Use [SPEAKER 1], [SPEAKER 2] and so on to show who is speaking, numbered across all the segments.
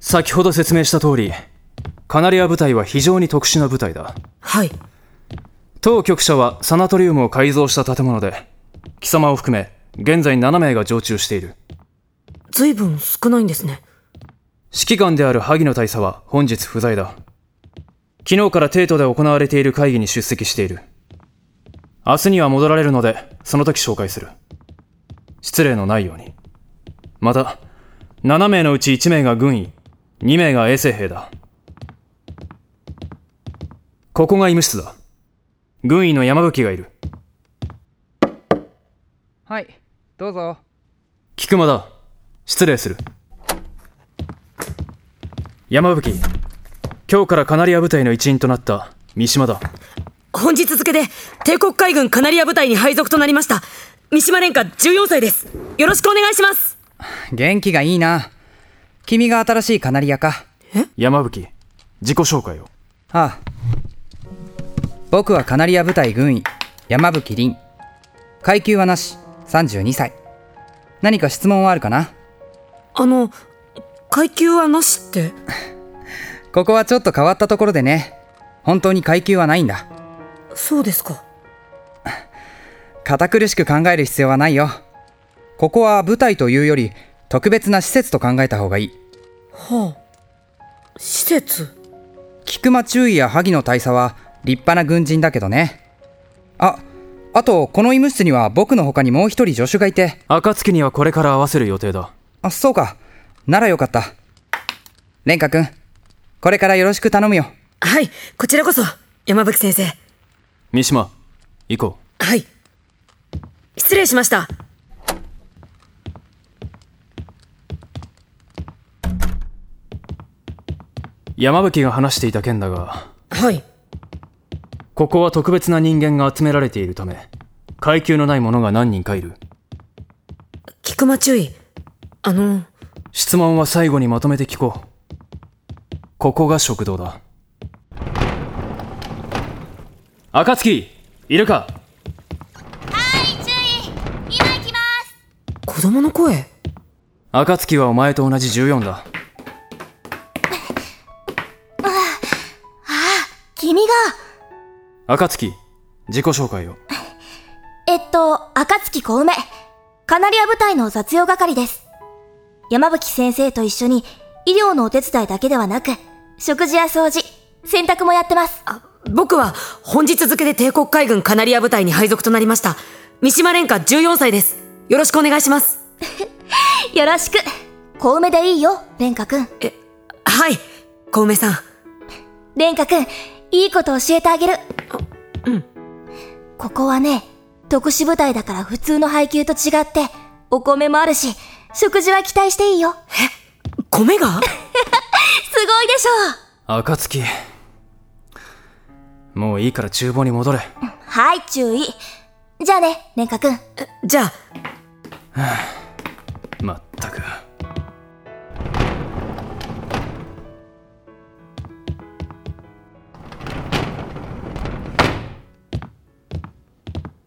[SPEAKER 1] 先ほど説明した通り、カナリア部隊は非常に特殊な部隊だ。
[SPEAKER 2] はい
[SPEAKER 1] 当局者はサナトリウムを改造した建物で、貴様を含め、現在7名が常駐している。
[SPEAKER 2] 随分少ないんですね
[SPEAKER 1] 指揮官である萩野大佐は本日不在だ。昨日から帝都で行われている会議に出席している。明日には戻られるので、その時紹介する。失礼のないように。また、7名のうち1名が軍医、2名が衛生兵だ。ここが医務室だ。軍医の山吹がいる。
[SPEAKER 3] はいどうぞ
[SPEAKER 1] 菊間だ。失礼する。山吹、今日からカナリア部隊の一員となった三島だ。
[SPEAKER 2] 本日付で帝国海軍カナリア部隊に配属となりました三島蓮華14歳ですよろしくお願いします
[SPEAKER 3] 元気がいいな君が新しいカナリアか
[SPEAKER 1] 山吹、自己紹介を。
[SPEAKER 3] ああ僕はカナリア部隊軍医山吹凛階級はなし32歳何か質問はあるかな
[SPEAKER 2] あの階級はなしって
[SPEAKER 3] ここはちょっと変わったところでね本当に階級はないんだ
[SPEAKER 2] そうですか
[SPEAKER 3] 堅苦しく考える必要はないよここは部隊というより特別な施設と考えた方がいい
[SPEAKER 2] はあ施設
[SPEAKER 3] 菊間中尉や萩野大佐は立派な軍人だけどねああとこの医務室には僕の他にもう一人助手がいて
[SPEAKER 1] 暁にはこれから合わせる予定だ。
[SPEAKER 3] あそうかならよかった蓮華君これからよろしく頼むよ
[SPEAKER 2] はいこちらこそ山吹先生
[SPEAKER 1] 三島、行こう。
[SPEAKER 2] はい失礼しました
[SPEAKER 1] 山吹が話していた件だが、
[SPEAKER 2] はい
[SPEAKER 1] ここは特別な人間が集められているため、階級のない者が何人かいる。
[SPEAKER 2] 菊間注意あの
[SPEAKER 1] 質問は最後にまとめて聞こう。ここが食堂だ。暁、いるか
[SPEAKER 4] はい注意今行きます
[SPEAKER 2] 子供の声
[SPEAKER 1] 暁はお前と同じ14だ。
[SPEAKER 4] 君が
[SPEAKER 1] 暁、自己紹介を。
[SPEAKER 4] えっと暁小梅カナリア部隊の雑用係です山吹先生と一緒に医療のお手伝いだけではなく食事や掃除洗濯もやってます
[SPEAKER 2] あ僕は本日付で帝国海軍カナリア部隊に配属となりました三島蓮華14歳ですよろしくお願いします
[SPEAKER 4] よろしく小梅でいいよ蓮華くん
[SPEAKER 2] えはい小梅さん
[SPEAKER 4] 蓮華くんいいこと教えてあげるここはね特殊部隊だから普通の配給と違ってお米もあるし食事は期待していいよ
[SPEAKER 2] 米が
[SPEAKER 4] すごいでしょ
[SPEAKER 1] 暁。もういいから厨房に戻れ。
[SPEAKER 4] うはい注意じゃあね蓮華くん
[SPEAKER 2] じゃあ
[SPEAKER 1] まったく。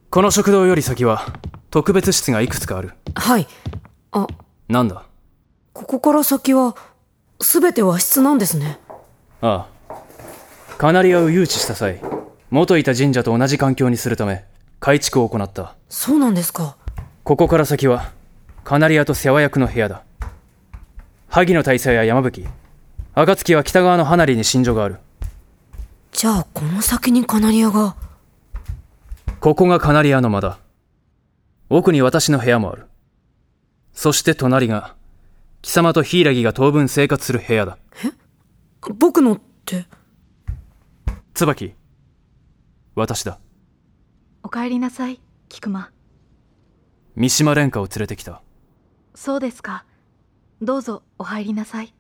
[SPEAKER 1] この食堂より先は特別室がいくつかある。
[SPEAKER 2] はいあ
[SPEAKER 1] なんだ
[SPEAKER 2] ここから先は全て和室なんですね
[SPEAKER 1] ああカナリアを誘致した際元いた神社と同じ環境にするため改築を行った
[SPEAKER 2] そうなんですか
[SPEAKER 1] ここから先はカナリアと世話役の部屋だ萩野大佐や山吹暁は北側の離れに寝所がある
[SPEAKER 2] じゃあこの先にカナリアが
[SPEAKER 1] ここがカナリアの間だ奥に私の部屋もあるそして隣が貴様と柊が当分生活する部屋だ
[SPEAKER 2] 僕のって
[SPEAKER 1] 椿私だ
[SPEAKER 5] おかえりなさい菊間
[SPEAKER 1] 三島蓮華を連れてきた
[SPEAKER 5] そうですかどうぞお入りなさい